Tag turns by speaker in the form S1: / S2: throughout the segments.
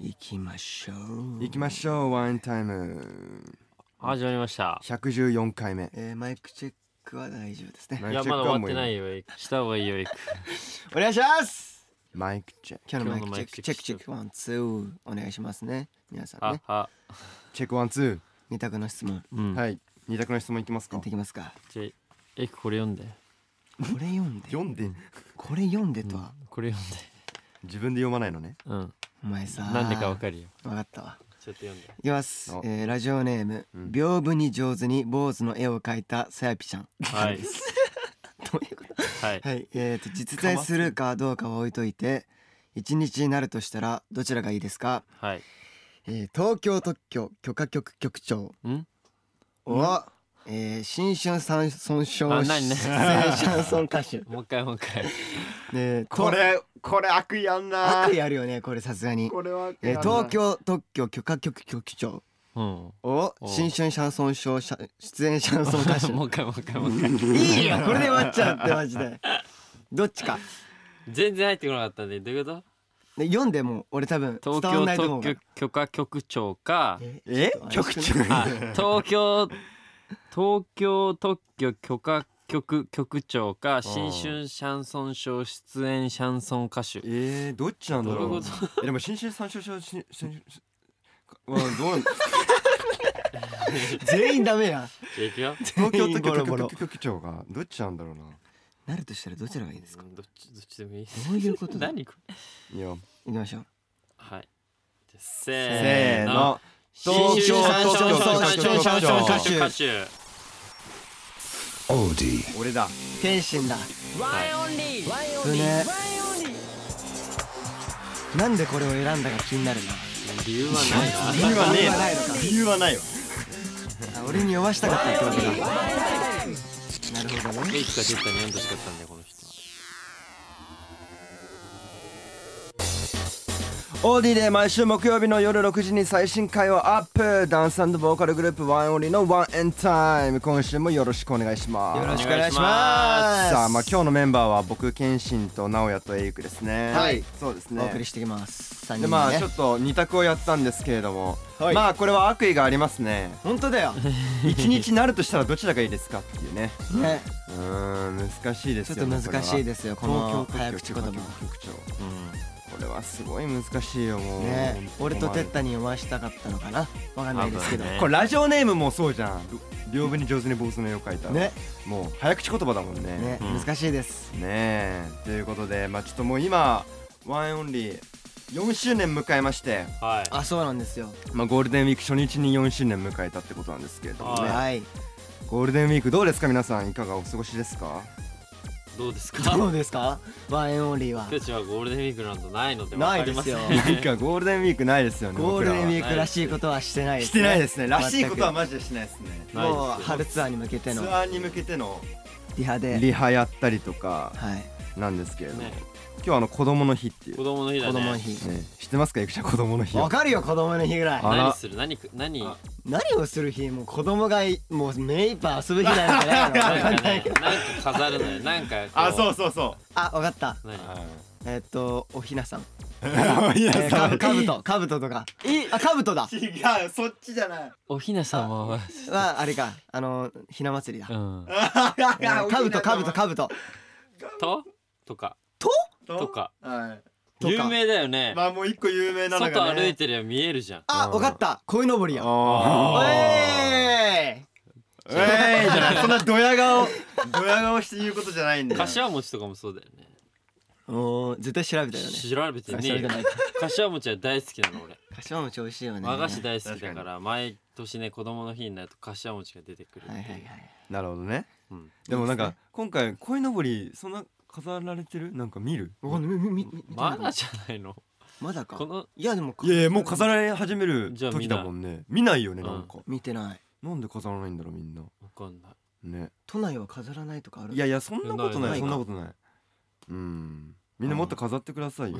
S1: 行きましょう
S2: 行きましょうワインタイム
S3: 始まりました
S2: 114回目
S1: えーマイクチェックは大丈夫ですね
S2: マ
S3: い
S2: イク
S3: や
S2: チェ
S3: ま
S2: ッ
S3: だ
S2: クは
S3: 終
S2: も
S3: わ
S2: う
S3: ってないいよエイクした方がいいよエ イク
S1: お願いします
S2: マイクチェック
S1: 今日のマイク
S3: 今日
S1: チェ
S3: のマイ
S1: ッ
S3: ク
S1: ク
S3: チェック
S1: チェックチェックワンツーお願いしますね皆さん
S3: あ
S1: ね
S3: あ
S2: チェックワンツ
S1: 二択の質問
S3: う
S2: ー
S3: ん
S2: はい二択の質問いきます
S1: や
S2: か
S1: っていきますか
S3: じゃあエイクこれ読んで
S1: これ読んで
S2: 読んで
S1: これ読んでとは
S3: これ読んで
S2: 自分で読まないのね
S3: うん
S1: お前さ
S3: なんでかわかるよ
S1: 分かったわ
S3: ちょっと読んで
S1: いきます
S2: お、
S1: えーラジオネーム、
S2: うん
S1: 屏風に上手に坊主の絵を描いたさやぴちゃん
S3: はい
S1: どういうこと
S3: はい
S1: はい、えー、と実在するかどうかは置いといて一日になるとしたらどちらがいいですか、
S3: はい
S1: えー東京特許許可局局長
S3: ん
S1: は、えー、新春三尊唱
S3: あ
S1: 青春
S3: 何ね
S1: ソン歌 手
S3: もう一回もう一回
S1: で
S2: これこれ悪意あんな
S1: 悪意あるよねこれさすがに、
S2: これは悪意あ
S1: えー
S2: んな
S1: 東京特許許可局局長
S3: うん
S1: を
S3: お
S1: 新春シャンソンショーシャ出演シャンソン歌手
S3: もう一回もう一回もう一回
S1: いいよこれで終わっちゃうってマジでどっちか
S3: 全然入ってこなかったんでどういうこ
S1: で読んでもう俺多分
S3: と
S1: 伝わんな
S3: 東
S1: いと思
S3: 京
S1: うから
S3: 特許許可局長か
S2: え局長
S3: あ東京東京特許許可局局長か新春シャンソンショー出演シャンソン歌手
S2: えー、どっちなんだろう
S3: どういうこ
S2: えでも新春三章章新春わどうなん
S1: 全員ダメや
S3: じゃあいくよ
S2: 東京特
S1: ボロ
S2: 許
S1: ボロ
S2: 局局長がどっちなんだろうな
S1: なるとしたらどちらがいいですか
S3: どっちどっちでもいい
S1: どういうことだ行
S3: 何これ
S2: いや
S1: きましょう
S3: はいじゃあ
S2: せ
S3: せ
S2: ー
S3: ー
S2: の
S3: の
S2: 東京
S3: 新春シャンソン歌手
S1: シャンソン歌手
S3: 歌手
S2: 俺だ
S1: 天心だ
S3: は
S1: ぶねなんでこれを選んだか気になるない
S3: 理由はないな
S2: 理由はねえ
S1: 理由はないのか
S2: 理由はないわ
S1: あ俺に読ましたかったってことだなるほどね
S3: メイクが出たに読んでほしかったんだよこの人は
S2: オーディで毎週木曜日の夜6時に最新回をアップダンスボーカルグループワンオンリーのワンエンタイム今週もよろしくお願いします
S1: よろしくお
S3: お
S1: 願い
S3: 願い
S1: し
S3: し
S1: ま
S3: ます
S2: さあまあ今日のメンバーは僕謙信と直哉とエイクですね
S1: はい
S2: そうです
S1: お送り
S2: ね
S1: してきます3人
S2: で
S1: で
S2: まあ
S1: ね
S2: ちょっと二択をやったんですけれども、
S1: はい
S2: まあこれは悪意がありますね
S1: 本当だよ
S2: 一日なるとしたらどちらがいいですかっていうね
S1: ね
S2: うーん難しいで す
S1: ちょ
S2: よ
S1: っと
S2: ね
S1: 難しいですよこの
S2: 東京
S1: 早口言葉
S2: 東京局長
S3: うん
S2: これはすごい難しいよもう、
S1: ね俺とテ
S2: テッ
S1: ッタに読ましたかったのかなわかんないですけど
S3: 多分ね
S2: これラジオネームもそうじゃん屏風に上手に坊主の絵を描いた
S1: ね
S2: もう早口言葉だもんね
S1: ね
S2: ね
S3: うん
S1: 難しいです
S2: えということでまあちょっともう今ワンオンリー4周年迎えまして、
S3: はい
S1: あそうなんですよ
S2: まあ、ゴールデンウィーク初日に4周年迎えたってことなんですけれども
S3: はい
S2: ね
S1: はい
S2: ゴールデンウィークどうですか皆さんいかがお過ごしですか
S3: どうですか
S1: どうですかワンエンオンリーは
S3: 僕たちはゴールデンウィークなんてないので
S1: な
S3: わ
S1: い
S3: か
S1: で
S3: りますせん
S1: よ
S2: なんかゴールデンウィークないですよね
S1: ゴールデンウィ
S2: ー
S1: ークらしいことはしてないです、ね、
S2: してないですねらしいことは
S1: 全
S2: マジでしないですね
S1: く
S3: ないですよ
S1: もう春ツアーに向けて
S2: ツ
S1: の
S2: アーに向けての
S1: リハで
S2: リハやったりとか
S1: はい
S2: なんですけれども
S3: ね
S2: 今日はあの子供の日っていう
S3: 子供の日だ
S1: 子
S3: ね
S1: 供の日
S2: ね知ってますかゆくちゃん子供の日
S1: わ
S2: を
S1: かるよ子供の日ぐらい
S2: あら
S3: 何する何く何
S2: あ
S1: 何をする日もう子供がいもう目いっぱい遊ぶ日なんじゃないのわか
S3: なんんか
S1: ない
S3: ね
S1: けど
S3: なんか飾るのよなんかこ
S2: あそうそうそ
S1: あわかった
S3: 何
S1: えっとおひなさん
S2: う い
S1: えーかぶかぶとかぶととかあかぶとだ
S2: 違うそっちじゃない
S3: おひなさまは
S1: はあれかあのひな祭り だ
S3: うん
S1: えーかぶとかぶとかぶと
S3: ととか
S1: と
S3: とか
S2: は
S1: とか
S3: 有名だよね
S2: いまあもう一個有名なのが
S3: 外
S2: ね
S3: 歩いてりゃ見えるじゃん
S1: あわかった鯉のぼりやお
S2: あ
S1: えい
S2: ーえーいじゃないそんなドヤ顔ドヤ顔して言うことじゃないんだよ
S3: 柏餅とかもそうだよね
S1: おー絶対調べたよね
S3: 調べて
S1: あそれがな
S3: ね
S1: いか
S3: 柏餅は大好きなの俺
S1: 柏餅美味しいよね
S3: 和菓子大好きだ
S2: 確
S3: か
S2: から
S3: 毎年ね子供の日になると柏餅が出てくる
S1: はいはいはい
S2: なるほどね
S3: うん
S2: でもなん
S1: いい
S2: か
S1: で
S2: 今回鯉のぼりそんな飾られてるなんか見る
S1: わかんないみみみ見てな
S3: ま
S1: い
S3: だじゃないの
S1: まだか
S3: この
S1: いやでも
S2: いやいやもう飾られ始める
S3: じゃあ
S2: 時
S3: 見ない
S2: だもんね見ないよね
S3: うん
S2: なんか
S1: 見てない
S2: なんで飾らないんだろうみんな
S3: わかんない
S2: ね
S1: 都内は飾らないとかある
S2: いやいやそんなことない
S3: ない
S2: そん
S3: か
S2: なことない うんみんなもっと飾ってくださいよ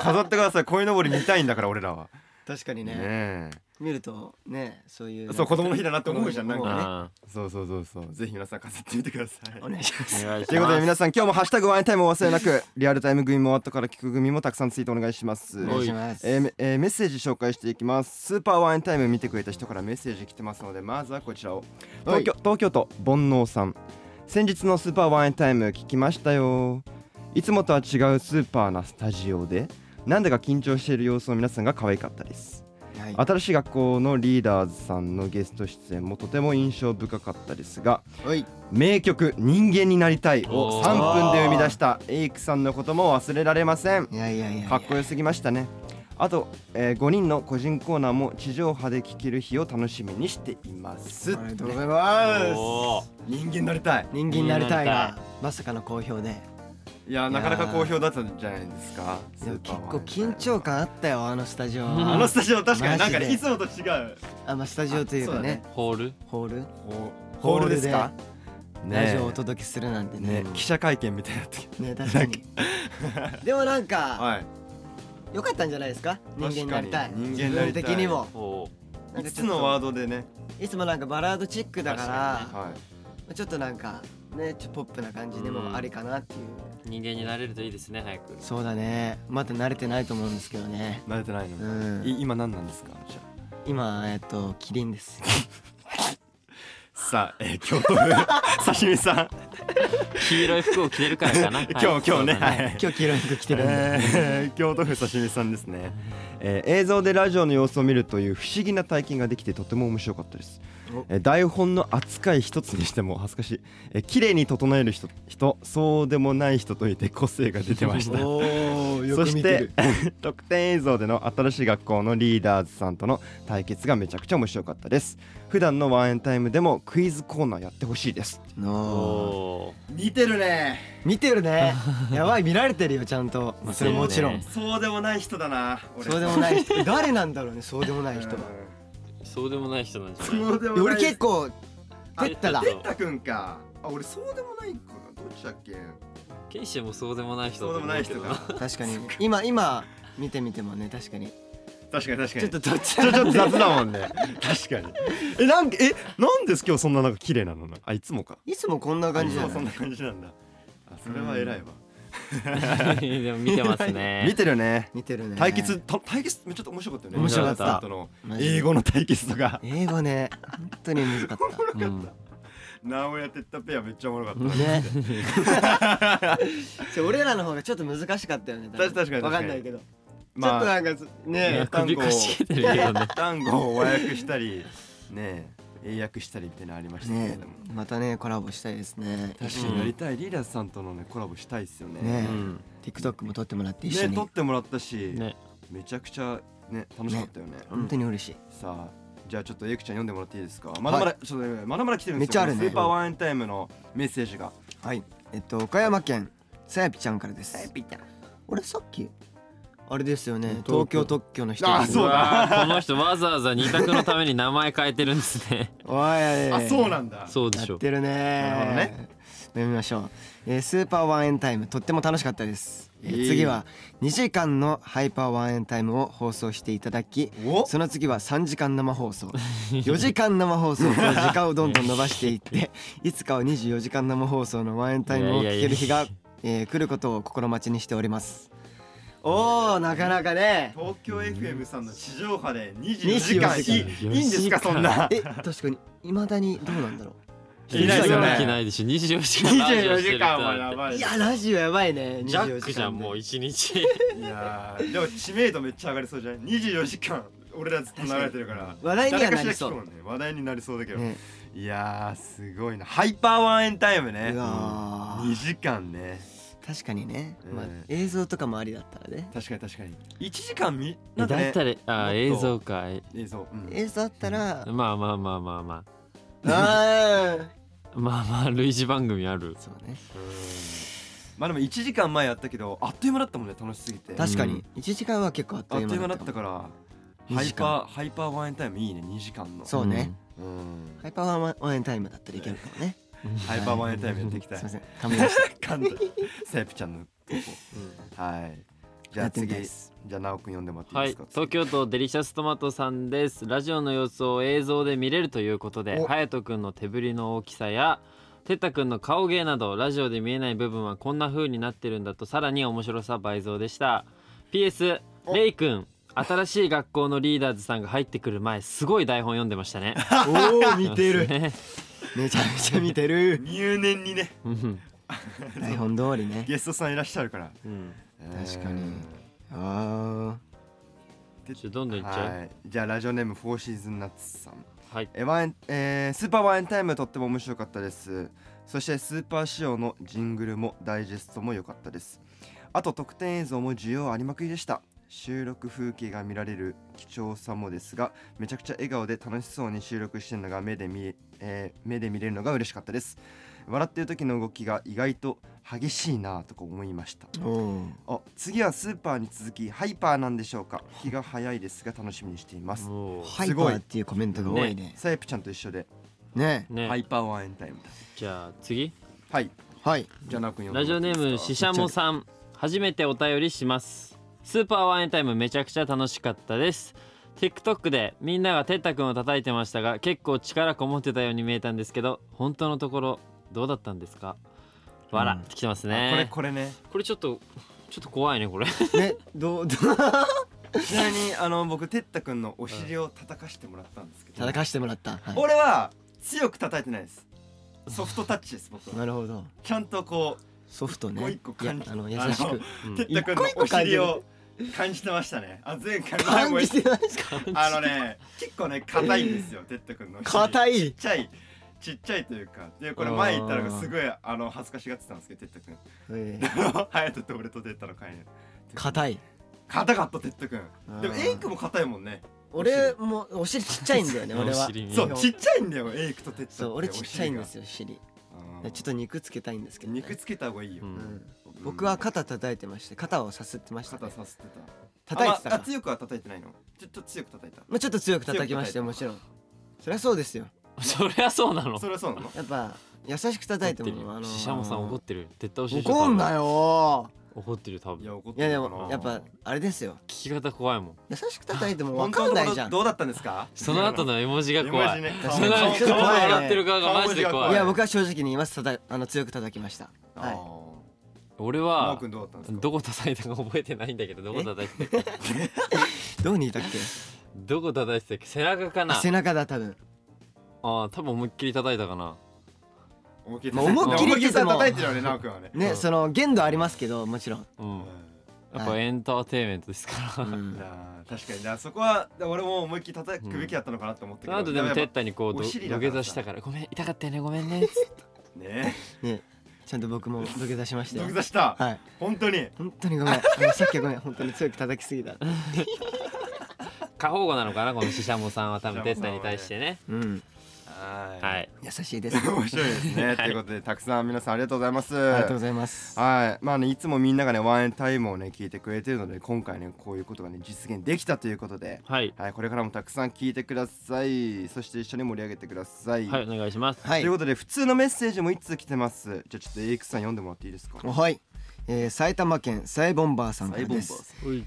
S2: 飾ってください鯉のぼり見たいんだから俺らは
S1: 確かにね
S2: ね
S1: 見るとねそういう
S2: そう子供の日だなって思うじゃんなん
S1: 子供の日
S2: かね
S1: も
S3: あ
S2: そうそうそうそうぜひ皆さん飾ってみてください
S1: お願いしま
S3: ー
S1: す
S3: お願い
S2: と
S3: し
S2: いうことで
S3: ま
S2: 皆さん今日も「ハッシュタグワンエンタイム」を忘れなくリアルタイム組も終わったから聞く組もたくさんツイートお願いします
S1: お
S3: ん
S1: 願いします
S2: えーめえーメッセージ紹介していきますスーパーワインタイム見てくれた人からメッセージ来てますのでまずはこちらを東京東京都煩悩さん先日のスーパーワインタイム聞きましたよいつもとは違うスーパーなスタジオでなんだか緊張している様子の皆さんが可愛かったです
S1: はい
S2: 新しい学校のリーダーズさんのゲスト出演もとても印象深かったですが
S1: おい
S2: 名曲「人間になりたい」を
S3: おー
S2: 3分で生み出したエイクさんのことも忘れられません
S1: いやいやいやいや
S2: かっこよすぎましたねあと、え5人の個人コーナーも地上波で聴ける日を楽しみにしています
S1: ありがとうござい
S3: す
S1: ま
S3: お
S1: す
S2: 人間になりたい
S1: 人間になりたい
S3: 人間になり
S1: がまさかの好評で
S2: いや
S1: なかなか好評
S2: だったんじゃないですか
S1: でも結構緊張感あったよあのスタジオ
S3: うん
S2: あのスタジオ確かになんか
S1: マジ
S2: ね
S1: で
S2: いつもと違う
S1: あまあスタジオというかね
S3: ーホール
S1: ホール
S2: ホ
S1: ホールですかラジオをお
S2: ね
S1: 届けするなんて
S2: ね
S1: ね
S2: 記者会見みたいになってき
S1: ね確かに でもなん
S2: た
S1: か
S2: はい
S1: 良かったんじゃないですか人間になりたい
S2: 確かに人間になりた
S1: 自
S2: い
S1: 分的にも
S3: おー
S1: なんか
S2: 5
S1: ち
S2: つ
S1: ょっと
S2: のワードでね
S1: いつもなんかバラードチックだから
S2: は
S1: ちょっとなんかねちょっとポップな感じでもありかなっていう
S3: 人間になれるといいですね早く
S1: そうだねまだ慣れてないと思うんですけどね
S2: い慣れてないの
S1: う
S2: に
S1: ん
S2: い今何なんですかじゃあ
S1: 今えっとキリンです
S2: さあ、えー、京都府 刺身さん
S3: 黄色い服を着てるから かな
S2: 今日今日ねはいい
S1: 今日黄色い服着てるんで
S2: えー京都府刺身さんですね、 えー映像でラジオの様子を見るという不思議な体験ができてとても面白かったです
S1: お、
S2: えー台本の扱い一つにしても恥ずかしい、えー綺麗に整える人人そうでもない人といて個性が出てま した
S1: おお
S2: そして 特典映像での新しい学校のリーダーズさんとの対決がめちゃくちゃ面白かったです普段のワンエンタイムでもクイズコーナーやってほしいです
S1: の
S3: お
S2: 似てるね
S1: 見てるねやばい見られてるよちゃんと
S3: まあ
S1: それもちろん、
S3: ね
S2: そうでもない人だな
S1: そうでもない 人誰なんだろうねそうでもない人は
S3: ーそうでもない人なんじゃない
S2: そうで
S1: いや俺結構
S2: あ
S1: テッタだ
S2: てったくんかあ俺そうでもないかどっちだっけ
S3: ケイシーもそうでもない人
S2: そうでもない人
S3: だ
S2: か
S3: と
S1: 確かに今今見てみてもね確かに
S2: 確かに確か
S1: ちょっとどっち
S2: ちょちょっと雑だもんね確かにえなんかえなんです今日そんななんか綺麗なのなあいつもか
S1: いつもこんな感じじゃ
S2: いつもそん
S1: な
S2: ない感じなんだあそれは偉いわ、
S3: 思うけど でも見てます ね
S2: 見てるね
S1: 見てるね
S2: 対決た対決めっちゃ面白かったよね
S1: 面白かった
S2: 皆さんとの
S1: マジで
S2: 英語の対決 とか
S1: 英語ね本当に難かっ
S3: うん
S2: なおやてったペアめっちゃおもろかった
S1: たね そう俺らの方がちょっと難しかったよね多分
S2: 確かに確かに
S1: わかんないけどちょ
S2: ま
S1: っと
S2: あ
S1: なんかず
S3: い
S1: ね
S3: や首かしげてるけどね
S2: 単語を和訳したりねえ英訳したりみたいなのありましたけれ
S1: ね
S2: ども、
S1: またねコラボしたいですね
S2: 確かにやりたいリーダーズさんとのねコラボしたいですよね
S1: ね
S3: うん
S1: TikTok も撮ってもらって一緒
S2: ね
S1: に
S2: 撮ってもらったし、
S3: ね
S2: めちゃくちゃね楽しかったよね
S1: 本当に嬉しい
S2: さあじゃあちょっとエイクちゃん読んでもらっていいですかまだまだ、ちょっとねまだまだ来てるんで
S1: めっ
S2: すよ
S1: ちゃあるね
S2: スーパーワンエンタイムのメッセージが
S1: はいえっと岡山県さやぴちゃんからです
S2: ピタ
S1: 俺さっきあれですよね東
S3: 東京
S1: 京特許の人
S2: あそう
S3: わ
S2: だ
S3: ーこの人わざわざ二択のために名前変えてるんですね
S1: おいおい
S2: あ そう
S1: の
S2: なんだ
S3: そうで
S1: や
S3: しょ
S1: ってるね
S2: なるほどね
S1: 読みましょう、えースーパーワンエンタイムとっても楽しかったです、えー
S2: えー
S1: 次は2時間のハイパーワンエンタイムを放送していただき
S2: お
S1: その次は3時間生放送 4時間生放送と時間をどんどん伸ばしていっていつかは24時間生放送のワンエンタイムを
S3: いやい
S1: 聞け
S3: やい
S1: る
S3: や
S1: 日がえー来ることを心待ちにしておりますおーなかなか ね
S2: 東京 FM さんの地上波で24時間
S1: 24時
S2: いいいいんですかそんな
S1: え確かにいまだにどうなんだろ
S2: いないですよね
S3: いないでしょ24時間ラジオ
S2: 24
S3: してる
S2: 時
S3: 人
S2: 間は
S3: なん
S2: や
S3: て
S2: ば
S1: う
S2: い
S1: いやラジオやばいね
S3: ジャックじゃ
S1: 24時間
S3: ん
S1: で
S3: もう一日
S2: いやーでも知名度めっちゃ上がりそうじゃない24時間俺らずっと流れてるから
S1: 話題には
S2: 誰か
S1: な
S2: しら
S1: り
S2: 聞
S1: そ
S2: く
S1: う
S2: もんね話題になりそうだけど、
S1: ね
S2: いやーすごいなハイパーワンエンタイムね
S1: う
S2: 2
S1: わー
S2: 時間ね
S1: 確かにね、まあ
S2: うん、
S1: 映像とかもありだったらね
S2: 確かに確かに1時間み な
S3: だ
S2: んかね
S3: ったらあー
S2: もっ
S3: 映
S2: と
S3: 像かえ
S2: 映像、うん
S1: 映像あったら、
S3: まあまあまあまあま
S1: あー
S3: あまあまあ類似番組ある
S1: そうね
S2: うんまあでも1時間前やったけどあっという間だったもんね楽しすぎて
S1: 確か
S3: う
S1: に
S3: ん
S1: 1時間は結構あっと
S2: あっ
S1: い
S2: と
S1: う
S2: いう
S1: 間
S2: 間だ
S1: だっ
S2: ったたから
S1: 2
S2: ハ
S1: 時
S2: イ
S1: 間
S2: パーハイパーワンエンタイムいいね2時間の
S1: そうね、
S2: うん
S1: ハイパーワンワンエンタイムだったらいけるかもね
S3: うん
S2: ハイパーワンエン タイムやっていきたい
S1: すいません噛みまし
S2: 噛んだセープちゃんのとこはいじゃ
S1: や
S2: あ
S1: ってみ
S2: 次
S1: たいで
S2: じ
S1: す
S2: ゃあ直くん呼んでもらっていい
S3: は
S2: で
S3: い
S2: すか、
S3: 東京都デリシャストマトさんですラジオの様子を映像で見れるということで
S1: お
S3: 隼人くんの手振りの大きさやてったくんの顔芸などラジオで見えない部分はこんな風になってるんだとさらに面白さ倍増でした PS レイくん新しい学校のリーダーズさんが入ってくる前すごい台本読んでましたね
S1: おお見てる
S3: ね
S1: めちゃめちゃ見て る
S2: 入念にね
S3: うん
S1: 台本通りね
S2: ゲストさんいらっしゃるから
S3: うん
S1: 確かにあ
S3: ちょどんどんいっちゃう
S2: はいじゃあラジオネームフォーシーズンナッツさん
S3: はい
S2: えーワインえースーパーワインタイムとっても面白かったですそしてスーパー仕様のジングルもダイジェストも良かったですあと特典映像も需要ありまくりでした収録風景が見られる貴重さもですがめちゃくちゃ笑顔で楽しそうに収録してるのが目で見ええー目で見れるのが嬉しかったです笑ってる時の動きが意外と激しいなぁとか思いました
S1: あお
S2: あ次はスーパーに続きハイパーなんでしょうか気が早いですが楽しみにしています
S3: も
S1: ハイパーっていうコメントが多いね
S2: サイプちゃんと一緒で
S1: ね
S3: うね、
S2: ハイパーワインタイムだ
S3: じゃあ次
S2: はい
S1: はい
S2: じゃあなくん
S3: ラジオネームししゃもさん初めてお便りしますスーパーワンエンタイムめちゃくちゃ楽しかったです TikTok でみんながてったくんを叩いてましたが結構力こもってたように見えたんですけど本当のところどうだったんですかわら、
S1: うん
S3: ってきてます
S2: あこれ
S3: ねこ
S2: これね
S3: れちょっとちょっと怖いねこれ
S1: ねどうどう
S2: ちなみにあの僕てったくんのお尻を叩かしてもらったんですけど
S1: 叩かしてもらった、は
S2: 俺は強く叩いてないですソフトタッチです僕
S1: い、
S2: は
S1: なるほど
S2: ちゃんとこ
S1: ソフトね
S2: 一個一個
S1: いや
S2: 感じ
S1: あの優
S2: あの
S1: しく
S2: うてっ
S1: 一
S2: たくんの
S1: 個一個
S2: お
S1: 感じ
S2: 尻
S1: る
S2: を感じてましたねあ前回
S1: 感じてないです か
S2: あのね結構ね硬いんですよてったくんのお尻
S1: 硬い
S2: ち っちゃいちっちゃいというかでこれ前言ったのがすごいあの恥ずかしがってたんですけどてったくん
S1: ええ
S2: 隼人と俺と出たの会ね
S1: 硬い
S2: 硬かったてったく
S1: あー
S2: んでもエイクも硬いもんね
S1: 俺もお尻ちっちゃいんだよね俺
S3: お
S1: は
S3: 尻に
S2: そうちっちゃいんだよエイクとテッドって
S1: そう俺ちっちゃいんです
S2: よ
S1: よお尻ちょっと肉つけたいんですけど、ね、
S2: 肉つけた方がいいよ
S3: う
S1: うんん僕は肩叩いてまして肩をさすってました、
S2: 肩
S1: ね、
S2: さすってた
S1: 叩いてた
S2: あまあ
S1: か
S2: 強くは叩いてないのちょっと強く叩いた
S1: まあ、ちょっと強く叩きましたよもちろんそりゃそうですよ
S3: そりゃそうなの
S2: それはそうなの
S1: やっぱ優しく叩いて
S3: 怒ってる
S1: も
S3: よ
S1: あの
S3: ししゃもさん怒ってる絶対教えて
S1: 怒んなよ
S3: 怒ってる多分
S2: い
S3: 聞
S2: や怒っ
S1: い
S2: て
S1: や
S2: る
S1: で
S2: のかな
S1: もやっぱあれですよ
S3: き方怖いもん
S1: 優しく叩いても分
S2: 本当
S1: かん
S2: のと
S1: な
S2: こ
S1: い
S2: ろ
S1: じゃん
S2: どうだったんですか
S3: その後の絵文字が怖い、
S2: 絵文字ね
S1: 確
S3: そ
S1: か
S3: の
S1: に
S3: 後
S1: ちょっと
S3: 顔
S1: 怖いね
S3: 笑ってる側がマジで怖い
S1: いや僕は正直に言います叩いあの強く叩きました
S2: あ
S1: はい
S2: ー
S3: 俺
S2: マー
S3: は
S2: 君どうだったんですか
S3: どこ叩いたか覚えてないんだけどどこ叩いてたっけ
S1: どうにいたっ
S3: どこ叩いてたっけ背中か
S1: け
S3: な
S1: 背中だ多分
S3: ああ多分思いっきり叩いたかな
S2: 思いっきり
S1: まあ思いっきり
S2: 思いっきり
S1: でも
S2: 叩いてるよねナオ君はね
S1: ね、
S3: うん
S1: その限度ありますけどもちろん、
S3: うん
S2: うん
S3: やっぱエンターテインメントですか
S1: う
S3: ら、
S2: い
S1: ん、
S2: やー確かになそこは俺も思いっきり叩くべきだったのかなと思ったけ
S3: そ
S2: ど
S3: の後でも
S2: やっぱ
S3: てったにこうど
S2: お尻
S3: 土
S2: だからさ
S3: 下座したからごめん痛かったよねごめんねっつって
S2: ね
S1: ねちゃんと僕も土下座しました
S2: 土
S1: よ
S2: 下座した
S1: はい
S2: 本当に
S1: 本当に ごめんあのさっきはごめん本当に強く叩きすぎた
S3: 過保護なのかなこのししゃもさんは多分てったに対してね
S1: うん
S2: は
S3: はい
S1: 優しい ですあ
S2: 面白いですね。ということでたくさん皆さんありがとうございます。
S1: りがとうございます
S2: はい、まあね、いつもみんながねワンエンタイムをね聞いてくれてるので今回ねこういうことがね実現できたということで、
S3: はい
S2: はい、これからもたくさん聞いてくださいそして一緒に盛り上げてください、
S3: はいお願いします
S1: は
S2: と
S1: い
S2: いうことで普通のメッセージも一通来てますじゃあちょっとエイクさん読んでもらっていいですか
S1: はい、えー、埼玉県サイボンバーさんからで
S2: サイボン
S1: す
S2: バーさ
S3: うい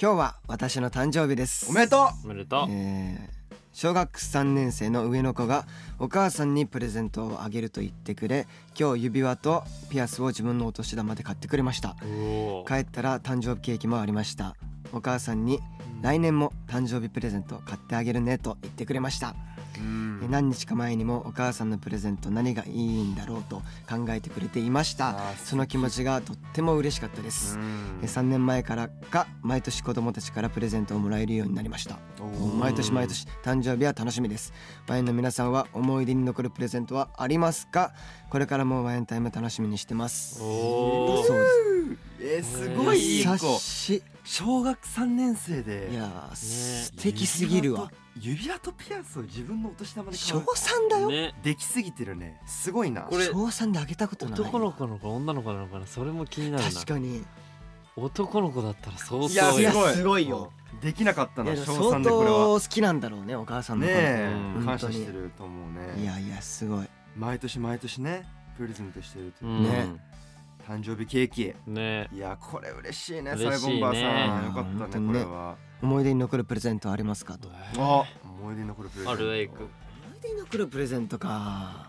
S1: 今日は私の誕生日です
S2: おめでとう
S3: おめでとう
S1: えー小学3年生の上の子がお母さんにプレゼントをあげると言ってくれ今日指輪とピアスを自分のお年玉で買ってくれました
S3: お
S1: 帰ったら誕生日ケーキもありましたお母さんに
S2: うん
S1: 来年も誕生日プレゼントを買ってあげるねと言ってくれました
S2: うん
S1: え何日か前にもお母さんのプレゼント何がいいんだろうと考えてくれていました
S2: あー
S1: その気持ちがとっても嬉しかったです
S2: うん
S1: え3年前からか毎年子供たちからプレゼントをもらえるようになりました
S2: おー
S1: 毎年毎年誕生日は楽しみですワインの皆さんは思い出に残るプレゼントはありますかこれからもワインタイム楽しみにしてます
S3: お
S1: そうです
S2: えーすごいいい
S1: 優
S2: 子
S1: しい
S2: 小学3年生で
S1: いやー素敵すぎるわ
S2: 指輪と指輪とピアスを自分のお年玉で買
S1: 小
S2: う
S1: 3だ
S3: ー
S1: よ
S3: ね
S2: できすぎてるねすごいな
S3: これ
S1: 小3であげたことない
S3: 男の子なのか女の子なのかなそれも気になるな
S1: 確かに
S3: 男の子だったらそう
S2: い
S3: そう
S1: いや
S3: よ
S1: すごいすごいよ
S2: できなかった
S1: いや
S2: な
S1: でも
S2: 小
S1: 相
S2: 三でこれは
S1: 当好きなんだろうねお母さんの
S2: ね
S1: こと
S2: え
S3: うん
S2: 感謝してると思う
S1: い
S2: ね
S1: やいやすごい
S2: 毎年毎年ねプレゼントしてると
S3: う
S2: いうん
S1: ね
S2: 誕生日ケーキ
S3: ね
S2: いやこれ嬉しいね
S3: 嬉しい
S2: サ
S3: ね
S2: イボンバーさんよか
S1: うん
S2: った
S1: 本
S2: ね
S1: 当
S2: こ
S1: に
S2: れ
S1: ね
S2: は
S1: 思い出に残るプレゼントありますかと
S2: あ思い出に残るプレゼン
S3: あ
S2: ト
S3: るエイク
S1: 思い出に残るプレゼントか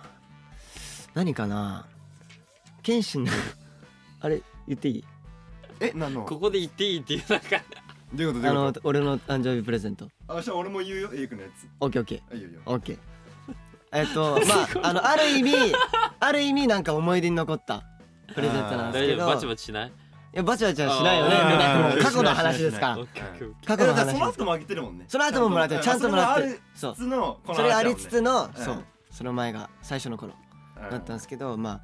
S1: 何かな謙信のあれ言っていい
S2: え何の
S3: ここで言っていいっていうなんか
S2: どういうこと
S1: あ
S2: どういう
S1: の
S2: こ
S1: 俺の誕生日プレゼント
S2: とあじゃあ俺も言うよエイクのやつ
S1: オッケーオッケー
S2: あいいよいいよ
S1: オッケーえっとまああのある意味ある意味なんか思い出に残ったプレゼントなんです
S3: 大
S1: け
S3: 丈
S1: ど
S3: 夫バチバチしない
S1: いやバチバチはしないよね
S3: あー
S1: だってもう過去の
S2: しないしない
S1: 話ですか
S2: あ
S1: ら
S3: オッケーオッケーオッケ
S1: 過去
S2: え
S1: の
S2: だから
S1: 話
S2: その後もあげてるもんね
S1: その後ももらってるちゃんともらって
S2: うん
S1: るそう
S2: それもあるつの
S1: それありつつ
S2: の
S1: の
S2: うん
S1: そうその前が最初の頃だったんですけどまあ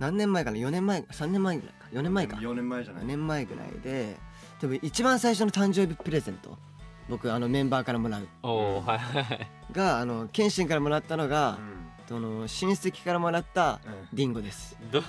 S1: 何年前かな4年前3年前ぐらいか4年前か
S2: 4年前じゃな
S1: 4
S2: い
S1: 年前ぐらいで多分一番最初の誕生日プレゼント僕あのメンバーからもらう
S3: ーおおはいはいはい
S1: があの謙信からもらったのが
S2: う、ん
S1: その親戚からもらった
S2: うん
S1: リンゴです
S3: どう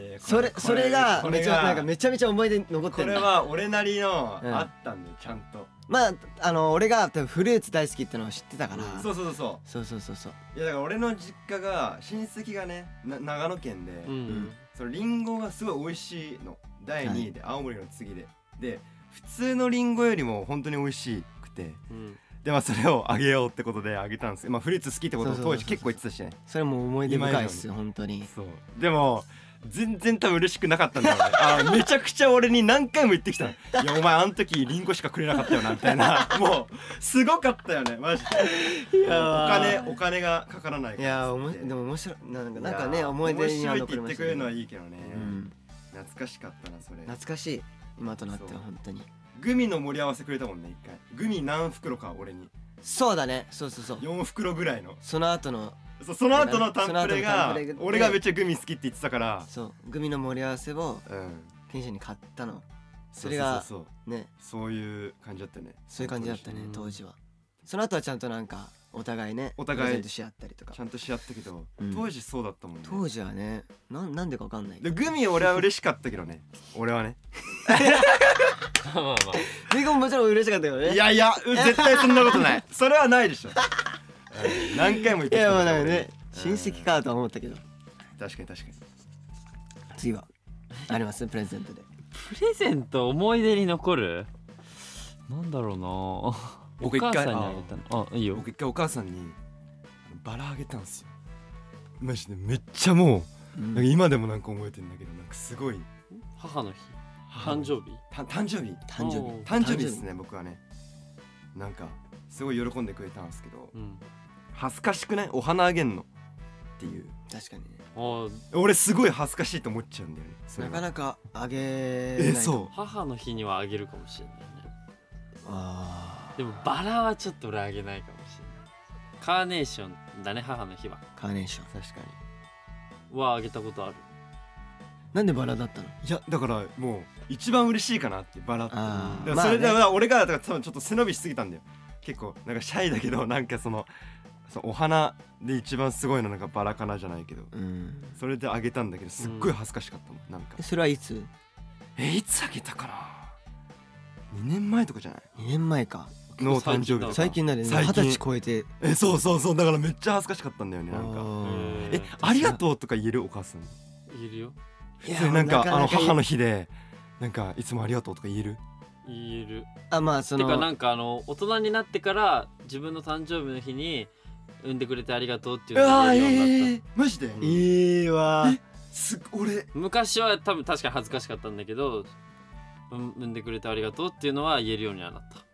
S3: いう
S1: それそれが
S2: こ
S1: めちゃなんか
S2: こ
S1: めちゃめちゃ思い出に残っ
S2: こ
S1: てる
S2: れは俺なりの
S1: うん
S2: あったんだよちゃんと
S1: まああの俺が多分フルーツ大好きってのを知ってたから、そう
S2: そうそうそうそ
S1: そうそうそうそう
S2: ういやだから俺の実家が親戚がねな長野県で
S3: うん
S2: そのリンゴがすごい美味しいの第2位で青森の次でで普通のリンゴよりも本当に美味しくて
S3: うん
S2: でまあそれをあげようってことであげたんですよまあフルーツ好きってことを
S1: そうそうそう
S2: 当時結構言ってたしね
S1: それもう思い出深いっすよ本当に
S2: そうでも全然多分嬉しくなかったんだ よねあめちゃくちゃ俺に何回も言ってきたのいやお前あの時リンゴしかくれなかったよなみた いなもうすごかったよねマジでお金お金がかからない
S1: い
S2: から
S1: やーお
S2: っ
S1: も
S2: つって
S1: でも面白いなんか
S2: いや
S1: なんかね思い出には
S2: 面白いっ
S1: 残り
S2: て言っ
S1: ま
S2: て
S1: した
S2: く
S1: ね
S2: れるのはいいけどね、
S1: うん、
S2: 懐かしかったなそれ
S1: 懐かしい今となっては本当に
S2: グミの盛り合わせくれたもんね一回グミ何袋か俺に
S1: そうだねそうそうそう
S2: 4袋ぐらいの
S1: その後の
S2: そうその後のタン
S1: そ
S2: プレ
S1: の後のタン
S2: が
S1: プレで
S2: 俺がめっちゃグミ好きって言ってたから
S1: そうグミの盛り合わせを
S2: うん
S1: 天心に買ったのそれが
S2: そうそうそう
S1: ね
S2: そういう感じだったね
S1: そういう感じだったね
S3: うん
S1: 当時はその後はちゃんとなんかお互いね
S2: お
S1: プ
S2: 互い
S1: レゼントし合ったりとか
S2: ちゃんとし合ったけど、
S1: うん
S2: 当時そうだったもんね
S1: 当時はねなんなんでかわかんない
S2: でグミ俺は嬉しかったけどね俺はね
S3: まあまあまあ
S1: リンゴももちろん嬉しかったよね
S2: いやいやう絶対そんなことない それはないでしょ、うん何回も言っ
S1: い
S2: てき
S1: や
S2: た
S1: まあなん
S2: けど
S1: か
S2: 俺
S1: ね
S2: に
S1: 親戚かとは思ったけど
S2: うん確かに確かに
S1: 次はありますプレゼントで
S3: プレゼント思い出に残るなんだろうな
S2: 僕一
S3: お
S2: 回
S3: 母さんにあげたのあいいよ
S2: 僕一回お母さんにあのバラあげたんですよマジでめっちゃも
S1: う
S2: う、
S1: ん
S2: なんか今でもなんか覚えてんだけどなんかすごい
S3: 母の日誕生日
S2: た誕生日
S1: 誕生
S3: お
S1: 日
S3: ー
S2: 誕生日ですね僕はねなんかすごい喜んでくれたんですけど
S3: うん
S2: 恥ずかしくないお花あげんのっていう
S1: 確かにね
S3: あー
S2: 俺すごい恥ずかしいと思っちゃうんだよねそれ
S1: な
S2: が
S1: かなかあげない
S2: えそう
S3: 母の日にはあげるかもしれないね
S1: あ
S3: でもバラはちょっと俺あげないかもしれないカーネーションだね母の日は
S1: ーカーネーション
S2: 確か
S3: はあげたことある
S1: なんでバラだったの
S2: にいやだからもう一番嬉しいかなってバラって
S1: あー
S2: だか
S1: ま
S2: ら
S1: あ
S2: そ
S1: ね
S2: れでは俺がだから多分ちょっと背伸びしすぎたんだよ結構なんかシャイだけどなんかそのそうお花で一番すごいのなんかバラかなじゃないけど
S1: うん
S2: それであげたんだけどすっごい恥ずかしかったもんなんか
S1: えそれはいつ
S2: えいつあげたかな2年前とかじゃない
S1: 2年前か
S2: の誕生日とか
S1: 最近だね
S2: 最
S1: 二
S2: 近
S1: 十歳超えて
S2: えそうそうそうだからめっちゃ恥ずかしかったんだよねなん
S1: あ
S2: か
S1: ー
S2: えありがとうとか言えるお母さん
S3: いるよ
S1: いや
S2: それなんか
S1: なかなか
S2: あの母の日でなんかいつもありがとうとか言える
S3: 言える
S1: あまあそ
S3: てかな
S1: の
S3: んかあの大人になってから自分の誕生日の日に産んでくれてありがとうっていうのを
S2: あ
S3: 言えるようになった、
S2: マジで
S3: うん
S1: いいわ
S2: えす俺
S3: 昔は多分確かに恥ずかしかったんだけどうん産んでくれてありがとうっていうのは言えるようにはなった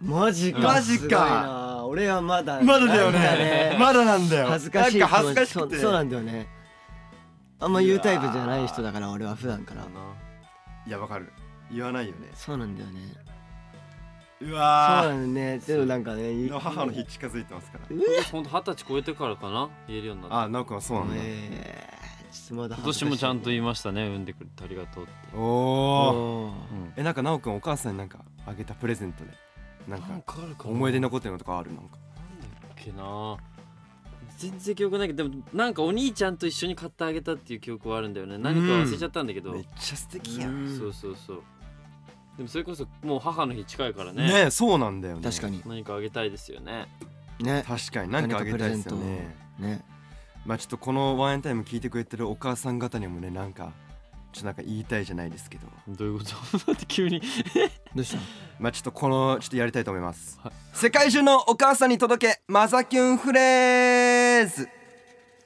S1: マジか
S2: マジか
S1: すごいな俺はまだ
S2: まだだよ
S1: なん
S2: ねまだなんだよ
S1: 恥ずかしい
S2: なんか恥ずかし
S1: そ
S2: く
S1: う
S2: て
S1: そうなんだよねあんま言うタイプじゃない人だから俺は普段から
S2: いやわかる言わないよね
S1: そうなんだよね
S2: う
S1: そう
S2: わ
S1: なんだよねちょっとなんかね
S2: ー
S1: 言
S2: の母の日近づいてますから
S3: ほんと二十歳超えてからかな言えるようになった
S2: あなおくんはそうなんだ
S1: えーちょっとまだ
S3: 今
S1: 恥ずか
S3: 年
S1: しい
S3: もちゃんと言いましたね産んでくれてありがとうって、
S2: おお
S1: おー
S3: うん、
S2: えなんかなおくんお母さんになんかあげたプレゼントでなん
S3: なん
S2: か
S3: かあるかな
S2: 思い出に残ってるのとかあるなんか
S3: なんだっけな全然記憶ないけどでもなんかお兄ちゃんと一緒に買ってあげたっていう記憶はあるんだよね何か忘れちゃったんだけど、
S2: めっちゃ素敵やん
S1: うん
S3: そうそうそうでもそれこそもう母の日近いからね
S2: ねそうなんだよね
S1: 確かに
S3: 何かあげたいですよね
S1: ね
S2: 確かに何かあげたいです
S1: 何か
S2: よ
S1: プレゼ
S2: ね
S1: ね
S2: まあちょっとこのワンエンタイム聞いてくれてるお母さん方にもねなんかちょっとなんか言いたいじゃないですけど
S3: どういうこと だって急に
S1: どうした
S2: まあちょっとこのちょっとやりたいと思います、
S3: はい
S2: 世界中のお母さんに届けマザキュンフレーズ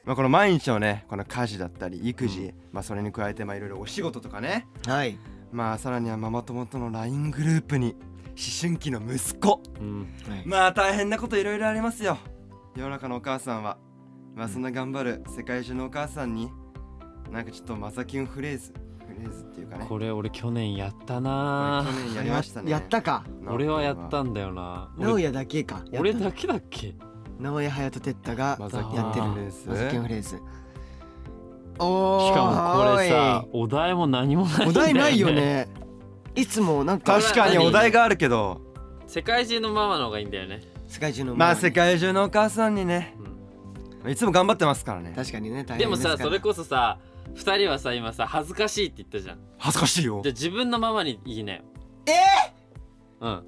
S2: まあこの毎日のねこの家事だったり育児、まあそれに加えてまあいろいろお仕事とかね
S1: はい
S2: まあさらにはママ友との LINE グループに思春期の息子
S3: うん
S1: はい
S2: まあ大変なこといろいろありますよ世の中のお母さんはまあそんな頑張る世界中のお母さんになんかちょっとマザキュンフレーズフレーズっていうかね
S3: これ俺去年やった
S2: 去
S3: な
S2: 年やりましたね
S1: ややったか
S3: 俺はやったんだよな
S1: 直哉だけか
S3: 俺
S1: やった
S3: だけだっけ
S1: 直哉隼人哲太が
S2: ま
S1: や
S2: さ
S3: き
S1: ってる
S3: の
S1: マ
S3: フ
S2: レース
S1: ザキンフレーズおー
S3: しかもこれさお題も何もない
S1: お
S3: んだよ、
S1: 題
S3: ね、
S1: ないよ ねいつもなんか
S2: 確かに
S3: 何
S2: お題があるけど
S3: 世界中のママの方がいいんだよね、
S1: 世界中の
S2: まあ世界中のお母さんにね
S3: うん
S2: いつも頑張ってますからね
S1: 確かにね大変
S3: でもさ
S1: すから
S3: それこそさ2人はさ今さ恥ずかしいって言ったじゃん
S2: 恥ずかしいよ
S3: じゃあ自分のママに言いなよ
S1: え
S3: うん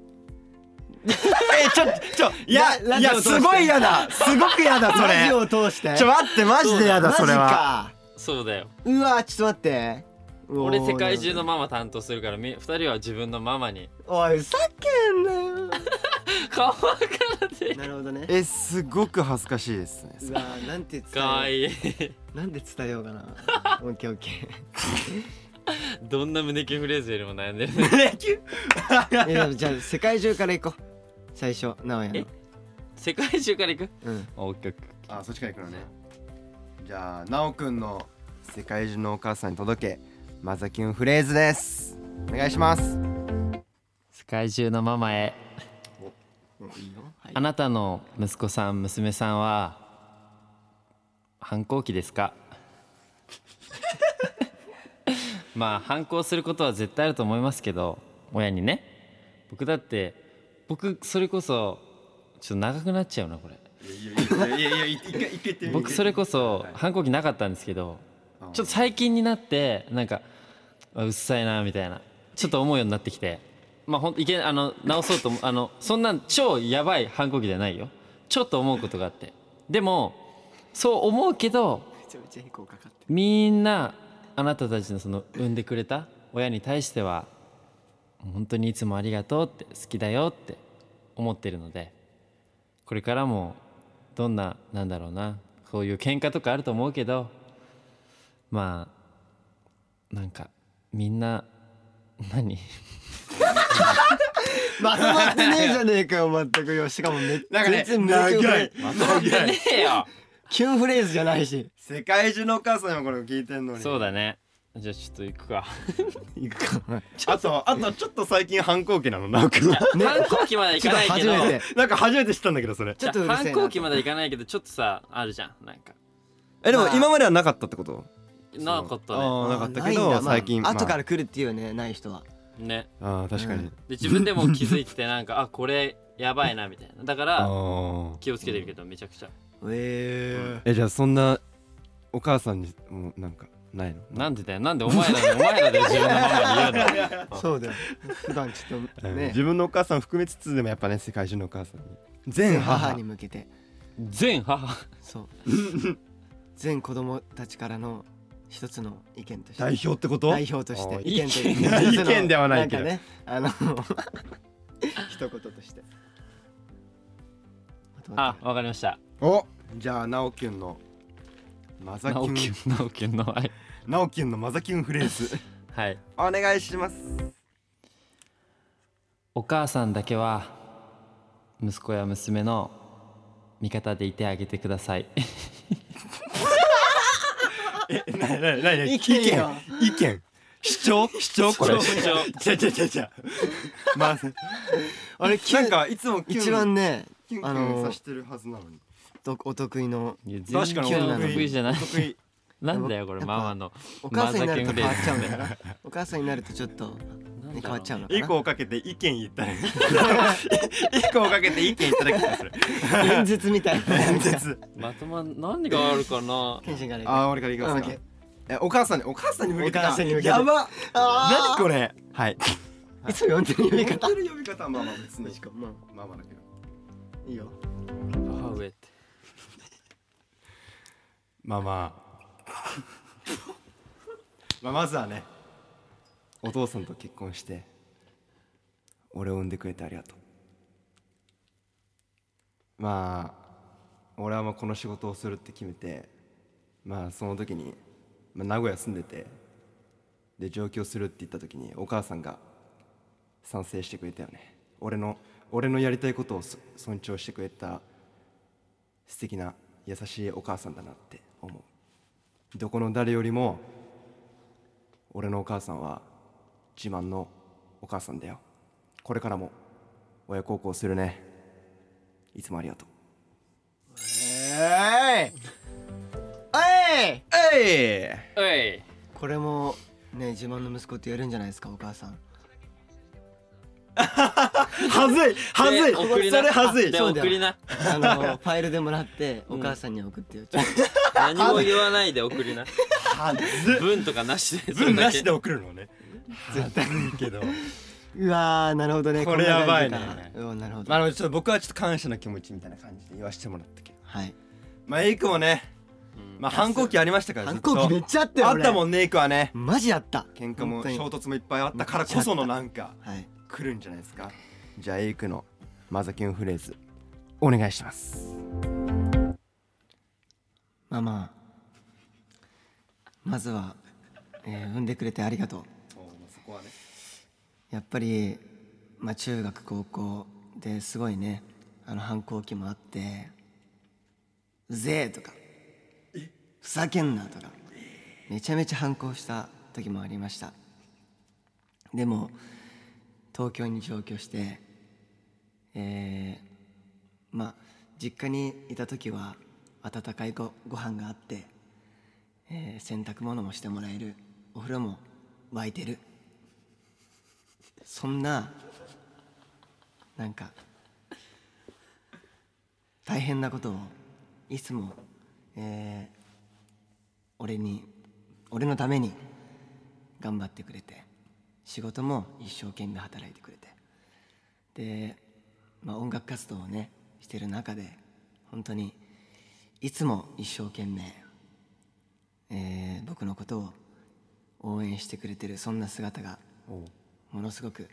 S2: えちょちょいや
S1: ララ
S2: い
S1: ジオ
S2: や
S1: 通して
S2: すごい嫌だすごく嫌だそ
S1: ーラジオ
S2: れ
S1: を通して
S2: ちょ待ってマジで嫌だそれは
S1: マ
S3: そうだよ
S1: ジかうわちょっと待って
S3: 俺世界中のママ担当するからみ2人は自分のママに
S1: おいふざけんなよ
S3: 顔わからて
S1: なるほど ね
S2: えすごく恥ずかしいですね
S1: うわなんて伝え
S3: かわ
S1: い
S3: いい
S1: なんで伝えようかなオッケーオッケ
S3: どんな胸キュンフレーズよりも悩んでるね
S1: ーえでもじゃあ世界中から行こう最初直哉の
S3: 世界中から行く
S1: うん
S3: オッケー
S2: あそっちから行くのねじゃあなおくんの世界中のお母さんに届けマザキュンフレーズですお願いします
S3: 世界中のママへ
S1: いいよはい
S3: あなたの息子さん娘さんは反抗期です かまあ反抗することは絶対あると思いますけど親にね僕だって僕それこそちょっと長くなっちゃうなこれ
S2: いやいや一回一回って
S3: 僕それこそ反抗期なかったんですけどちょっと最近になってなんかあうっさいなみたいなちょっと思うようになってきてまあほんいけあの直そうと思あのそんなん超やばい反抗期じゃないよちょっと思うことがあってでもそう思うけど
S1: めちゃめちゃ飛行かかって
S3: みんなあなたたちのその産んでくれた親に対しては本当にいつもありがとうって好きだよって思ってるのでこれからもどんななんだろうなこういう喧嘩とかあると思うけどまあなんかみんな何
S1: まとまってねえじゃねえかよ全くよしかもめっ
S2: なんかね
S1: 全然胸キュンフレーズ
S2: 長い
S3: えよ
S1: キュンフレーズじゃないし
S2: 世界中のお母さんにもこれを聞いてんのに
S3: そうだねじゃあちょっと行くか
S1: 行くか
S2: あとあとちょっと最近反抗期なのなおくんは
S3: 反抗 期まで行
S1: ちょ
S3: か
S1: っと
S3: ないけ
S1: 初
S3: ど
S1: めて
S2: なんか初めて知ったんだけどそれ
S1: ちょっとうるせえな
S3: 反抗期まで行かないけどちょっとさあるじゃんなんか
S2: えでも
S1: まあ
S2: 今まではなかったってこと
S3: なかったね
S2: あーなかったけ
S1: あーないん
S2: ど
S1: だまあ
S2: 最近まあ
S1: 後から来るっていうねない人は
S3: ね
S2: あー確か
S1: う
S2: に
S1: ん
S3: で自分でも気づいててなんかあこれやばいなみたいなだか
S2: あ
S3: ら
S2: ー
S3: 気をつけてるけどめちゃくちゃ
S1: え
S2: えじゃあそんなお母さんにもうなんかないの
S3: なんでだよなんでお前らでお前らで自分のママに言うの
S1: えそうだよ普段ちょっと
S2: うん
S1: ね
S2: 自分のお母さん含めつつでもやっぱね世界中のお母さんに全
S1: 全
S2: 母
S1: 母に向けて
S3: 全母
S1: そう 全子供たちからの一つの意見として
S2: 代表ってこと
S1: 代表として
S2: あー
S1: 意見と
S2: 意
S1: い
S2: 見
S1: うか一つの
S2: 意見ではないけど
S1: んかねあ の一言としてまとまっ
S3: あ
S1: てる
S3: わかりました
S2: おじゃあなおきゅんのマザ
S3: なお
S2: キ
S3: き
S2: ュ
S3: ゅ
S2: ン
S3: んなおきゅんのはい
S2: なおきゅんのマザキュンフレーズ
S3: はい
S2: お願いします
S3: お母さんだけは息子や娘の味方でいてあげてください
S2: えなになになに
S1: 意見よ
S2: 意見主張主張これ
S3: 主張
S2: じゃじゃじゃじゃま あ
S1: あれキ
S2: なん
S1: ュン
S2: かいつもキュン
S1: 一番ね
S2: キュンキ
S1: あ
S2: ュン
S1: の
S2: さしてるはずなのに
S1: おお得意の
S3: いや
S2: 確かに
S1: キュン
S3: の
S1: なの
S3: 得意じゃない
S2: お得意
S3: なんだよこ
S1: や
S3: れ
S1: っぱ
S3: ママの
S1: お母さんになると変わっちゃうんだ
S3: マ
S1: よなお母さんになるとちょっと、ね、
S3: なんだろう
S1: 変わっちゃうのか
S2: 一
S1: な
S2: 個をかけて意見言ったら 一個をかけて意見いただきたする
S1: 演説みたいな
S2: 演説
S3: まとまん何があるかな
S1: 謙信がね
S2: あー俺からいきます
S1: オッ
S2: か
S1: ケー
S2: えお母さんにお母さんに向けて
S1: お母さんに向けて
S2: やば
S1: あ
S2: 何これはい
S1: いつも呼んでる呼び方
S2: 呼び方はまあまあ別に
S1: しかもま
S2: まあまあだけど
S1: あいいよ
S3: 母上って
S2: まあまあまあ、まずはねお父さんと結婚して俺を産んでくれてありがとうまあ俺はまあこの仕事をするって決めてまあその時に、まあ、名古屋住んでてで上京するって言った時にお母さんが賛成してくれたよね俺の俺のやりたいことをそ尊重してくれた素敵な優しいお母さんだなって思うどこの誰よりも俺のお母さんは自慢のお母さんだよこれからも親孝行するねいつもありがとう
S1: えい
S2: えい
S3: おい
S1: これもね自慢の息子ってやるんじゃないですかお母さん
S2: はずいはずい
S3: で送り
S2: そ
S3: な
S2: れはずい
S3: で
S1: そうだよ
S3: 送りな
S1: あのファイルでもらってお母さんに送ってよちょっと
S3: 何も言わないで送 りな
S2: はず
S3: 文とかなしで
S2: 分なしで
S3: で
S2: 送るのね 絶対いいけど
S1: うわーなるほどね
S2: これ
S1: んな感じ
S2: やばいね
S1: かうんなるほど、
S2: まあでもちょっと僕はちょっと感謝の気持ちみたいな感じで言わせてもらったけど
S1: はい
S2: まあエイクもねまあ反抗期ありましたから
S1: 反抗期めっちゃあったよ
S2: あ
S1: 俺
S2: ったもんねエイクはね
S1: マジあった
S2: 喧嘩も
S1: 本当に
S2: 衝突もいっぱいあったからこそのなんか
S1: はい
S2: 来るんじゃないですかじゃあエイクのマザキュンフレーズお願いします
S1: まあまあまずは、えー産んでくれてありがとう
S2: そこはね
S1: やっぱり、まあ、中学高校ですごいねあの反抗期もあって「うぜえ!」とか「ふざけんな!」とかめちゃめちゃ反抗した時もありましたでも東京に上京してえーまあ実家にいた時は温かいごご飯があって、えー洗濯物もしてもらえるお風呂も沸いてるそんななんか大変なことをいつも、えー俺に俺のために頑張ってくれて仕事も一生懸命働いてくれてで、まあ、音楽活動をねしてる中で本当にいつも一生懸命、えー僕のことを応援してくれてるそんな姿がものすごく、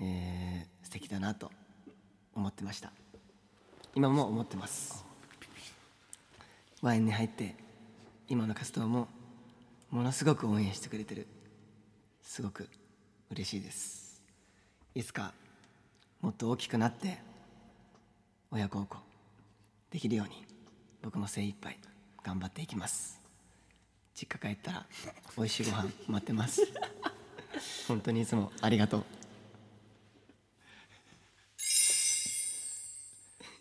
S1: えー素敵だなと思ってました今も思ってますワインに入って今の活動もものすごく応援してくれてるすごく嬉しいですいつかもっと大きくなって親孝行できるように僕も精一杯頑張っていきます実家帰ったら美味しいご飯待ってます本当にいつもありがとう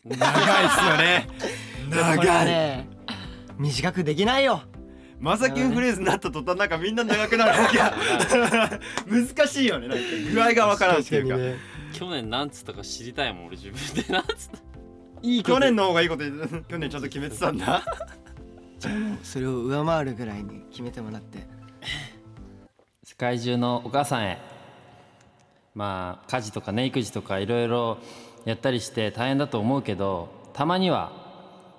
S2: 長いっすよね 長い
S1: ね短くできないよ
S2: マザキュンフレーズになった途端なんかみんな長くなるわけや 難しいよねなんか具合がわからんっていうか
S3: 去年なんつったか知りたいもん俺自分でなんつった
S1: いい
S2: 去年の方がいいこと言って 去年ちゃんと決めてたん だ
S1: それを上回るぐらいに決めてもらって
S3: 世界中のお母さんへまあ家事とかね育児とかいろいろやったりして大変だと思うけどたまには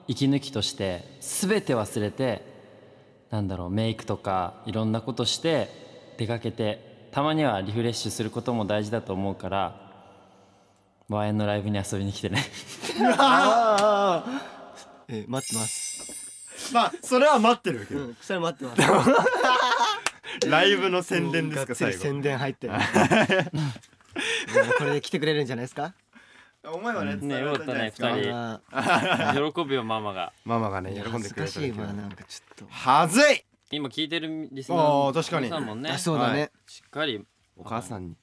S3: 息抜きとして全て忘れてなんだろうメイクとかいろんなことして出かけてたまにはリフレッシュすることも大事だと思うからワインのライブに遊びに来てね
S1: え待ってます
S2: まあそれは待ってるけ
S1: う
S2: ど
S1: んそれ待ってます
S2: ライブの 宣伝です
S1: が
S2: か
S1: っつり
S2: 最後
S1: 宣伝入 ってるこれで来てくれるんじゃないですか
S2: お前はね
S3: ねよかったね
S2: 伝わ
S3: 二
S2: んじゃないですか
S3: 人
S1: あ
S3: 喜びよママが
S2: ママがね
S1: ーいや
S2: 喜んでくれ
S1: 恥ずか
S2: た
S1: しい
S2: 時
S1: わ
S2: は
S1: なんかちょっと
S2: はずい
S3: 今聞いてるリスナー
S2: あー
S3: の
S2: 確かに
S3: 皆さんもね
S1: あそうだね
S3: しっかり
S2: お母さんに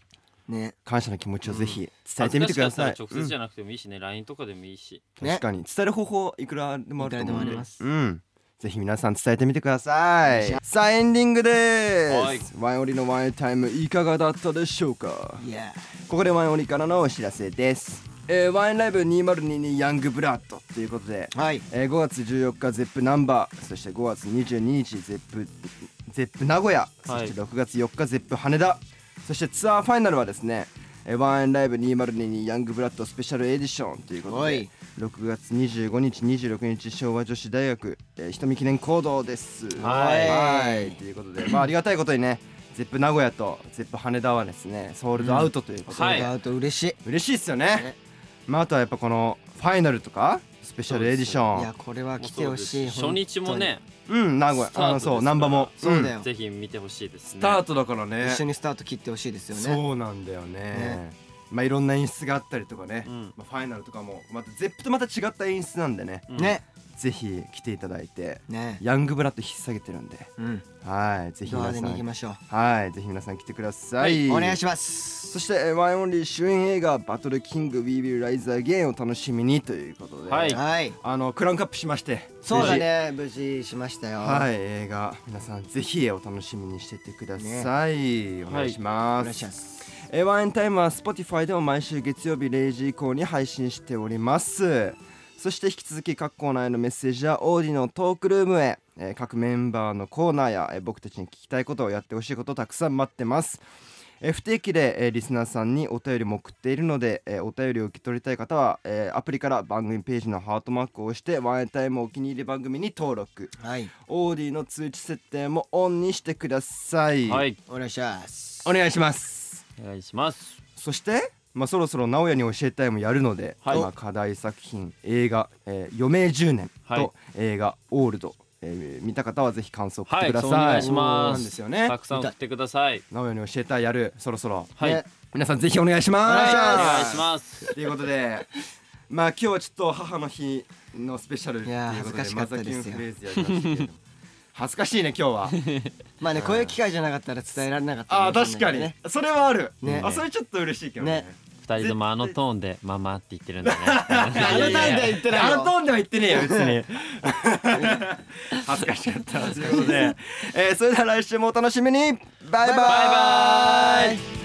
S1: ね
S2: 感謝の気持ちをぜひ伝え
S3: 恥
S2: て
S3: ず
S2: み
S3: か
S2: て
S3: し
S2: く
S3: か
S2: だ
S3: ったら
S2: さい
S3: 直接じゃなくてもいいしね LINE とかでもいいし
S1: ね
S2: 確かに伝える方法いくらでもあると思うん
S1: いくらでもあ
S2: で
S1: ります
S2: うんぜひ皆さん伝えてみてくださいさあエンディングですワインオリのワインタイムいかがだったでしょうか
S1: いや
S2: ここでワインオリからのお知らせです、えーワインライブ2022ヤングブラッドということで、
S1: はい
S2: えー5月14日ゼップナンバーそして5月22日ゼップゼップ名古屋そして6月4日ゼップ羽田、そしてツアーファイナルはですね、えーワンエンライブ2022ヤングブラッドスペシャルエディションということ
S1: お
S2: で
S1: い
S2: 6月25日26日昭和女子大学、えー、瞳記念講堂です
S3: はい
S2: はいということでまあありがたいことにね ZEP 名古屋と ZEP 羽田はですねソールドアウトということで、
S3: はい
S1: あと嬉しい
S2: 嬉しいっすよねまあ、あとはやっぱこのファイナルとかスペシャルエディシ
S1: い
S2: ョン
S1: やこれは来てほしい
S3: 初日もね
S2: うん名古屋
S3: スタート
S2: あのそう
S3: ですから
S2: 難波も
S1: そうだよ
S3: ぜひ見てほしいですね
S2: スタートだから
S1: 本当
S2: ね
S1: に一緒にスタート切ってほしいですよね
S2: そうなんだよね
S1: ね
S2: まあいろんな演出があったりとかね、
S3: うん
S2: まあ、ファイナルとかもまた ZEP とまた違った演出なんでね、
S3: うん
S1: ね
S2: ぜひ来ていただいて
S1: ね
S2: ヤングブラッド引っ提げてるんで
S1: うん
S2: はいぜひ
S1: ド
S2: 皆
S1: アで
S2: さ
S1: 逃げ
S2: ん
S1: ましょう
S2: はいぜひ皆さん来てください、
S1: お願いし
S2: ま
S1: ます
S2: そしてえーワンオンリー主演映画「バトルキング We Will Rise Again」を楽しみにということで、
S3: はい
S1: はい
S2: あのクランクアップしまして
S1: そうだね無事しましたよ
S2: はい、映画皆さんぜひお楽しみにしててください、お願いし
S1: お
S2: ます、
S1: 願いします
S2: えーワンエンタイムは Spotify でも毎週月曜日0時以降に配信しておりますそして引き続き各コーナーへのメッセージやオーディのトークルームへ、えー各メンバーのコーナーや、えー僕たちに聞きたいことをやってほしいことをたくさん待ってますえー不定期で、えーリスナーさんにお便りも送っているので、えーお便りを受け取りたい方は、えーアプリから番組ページのハートマークを押してワンエンタイムお気に入り番組に登録
S1: はい
S2: オーディの通知設定もオンにしてください、
S3: はい
S1: お願いします
S2: お願いします
S3: お願いします
S2: そして、まあ、そろそろ直哉に教えたいもやるので、
S3: はい
S2: まあ、課題作品映画「えー余命10年」
S3: はい
S2: と映画「オールド」えー見た方はぜひ感想を送って
S3: はい
S2: くださ
S3: そ
S2: い、
S3: うお願いし
S2: な
S3: ま
S2: ん
S3: す
S2: ですよね
S3: たくさん送ってください
S2: 直哉に教えたいやるそろそろ
S3: はい、
S1: ね
S2: 皆さんぜひお願いし
S1: お
S2: ま
S1: 願い
S2: す
S1: し
S3: お
S1: ます
S3: 願いします
S2: ということでまあ今日はちょっと母の日のスペシャルと
S1: いやー
S2: いうこと
S1: 恥ずかしかったですよ
S2: マザキュンフレーズやりましたけれども恥ずかしいね今日は
S1: まあねこういう機会じゃなかったら伝えられなかった
S2: あー
S1: もしれな
S2: 確
S1: い
S2: かに、
S1: ね
S2: それはある、
S1: ね
S2: あそれちょっと嬉しいけどね
S1: ね
S3: 二人ともあのトーンでママって言ってる んだね
S1: あのトーンでは言ってないよ
S2: あのトーンでは言ってねえよ別に 恥ずかしか ったということで、えー、それでは来週もお楽しみにバイバ
S1: バイバ
S2: イ
S1: イ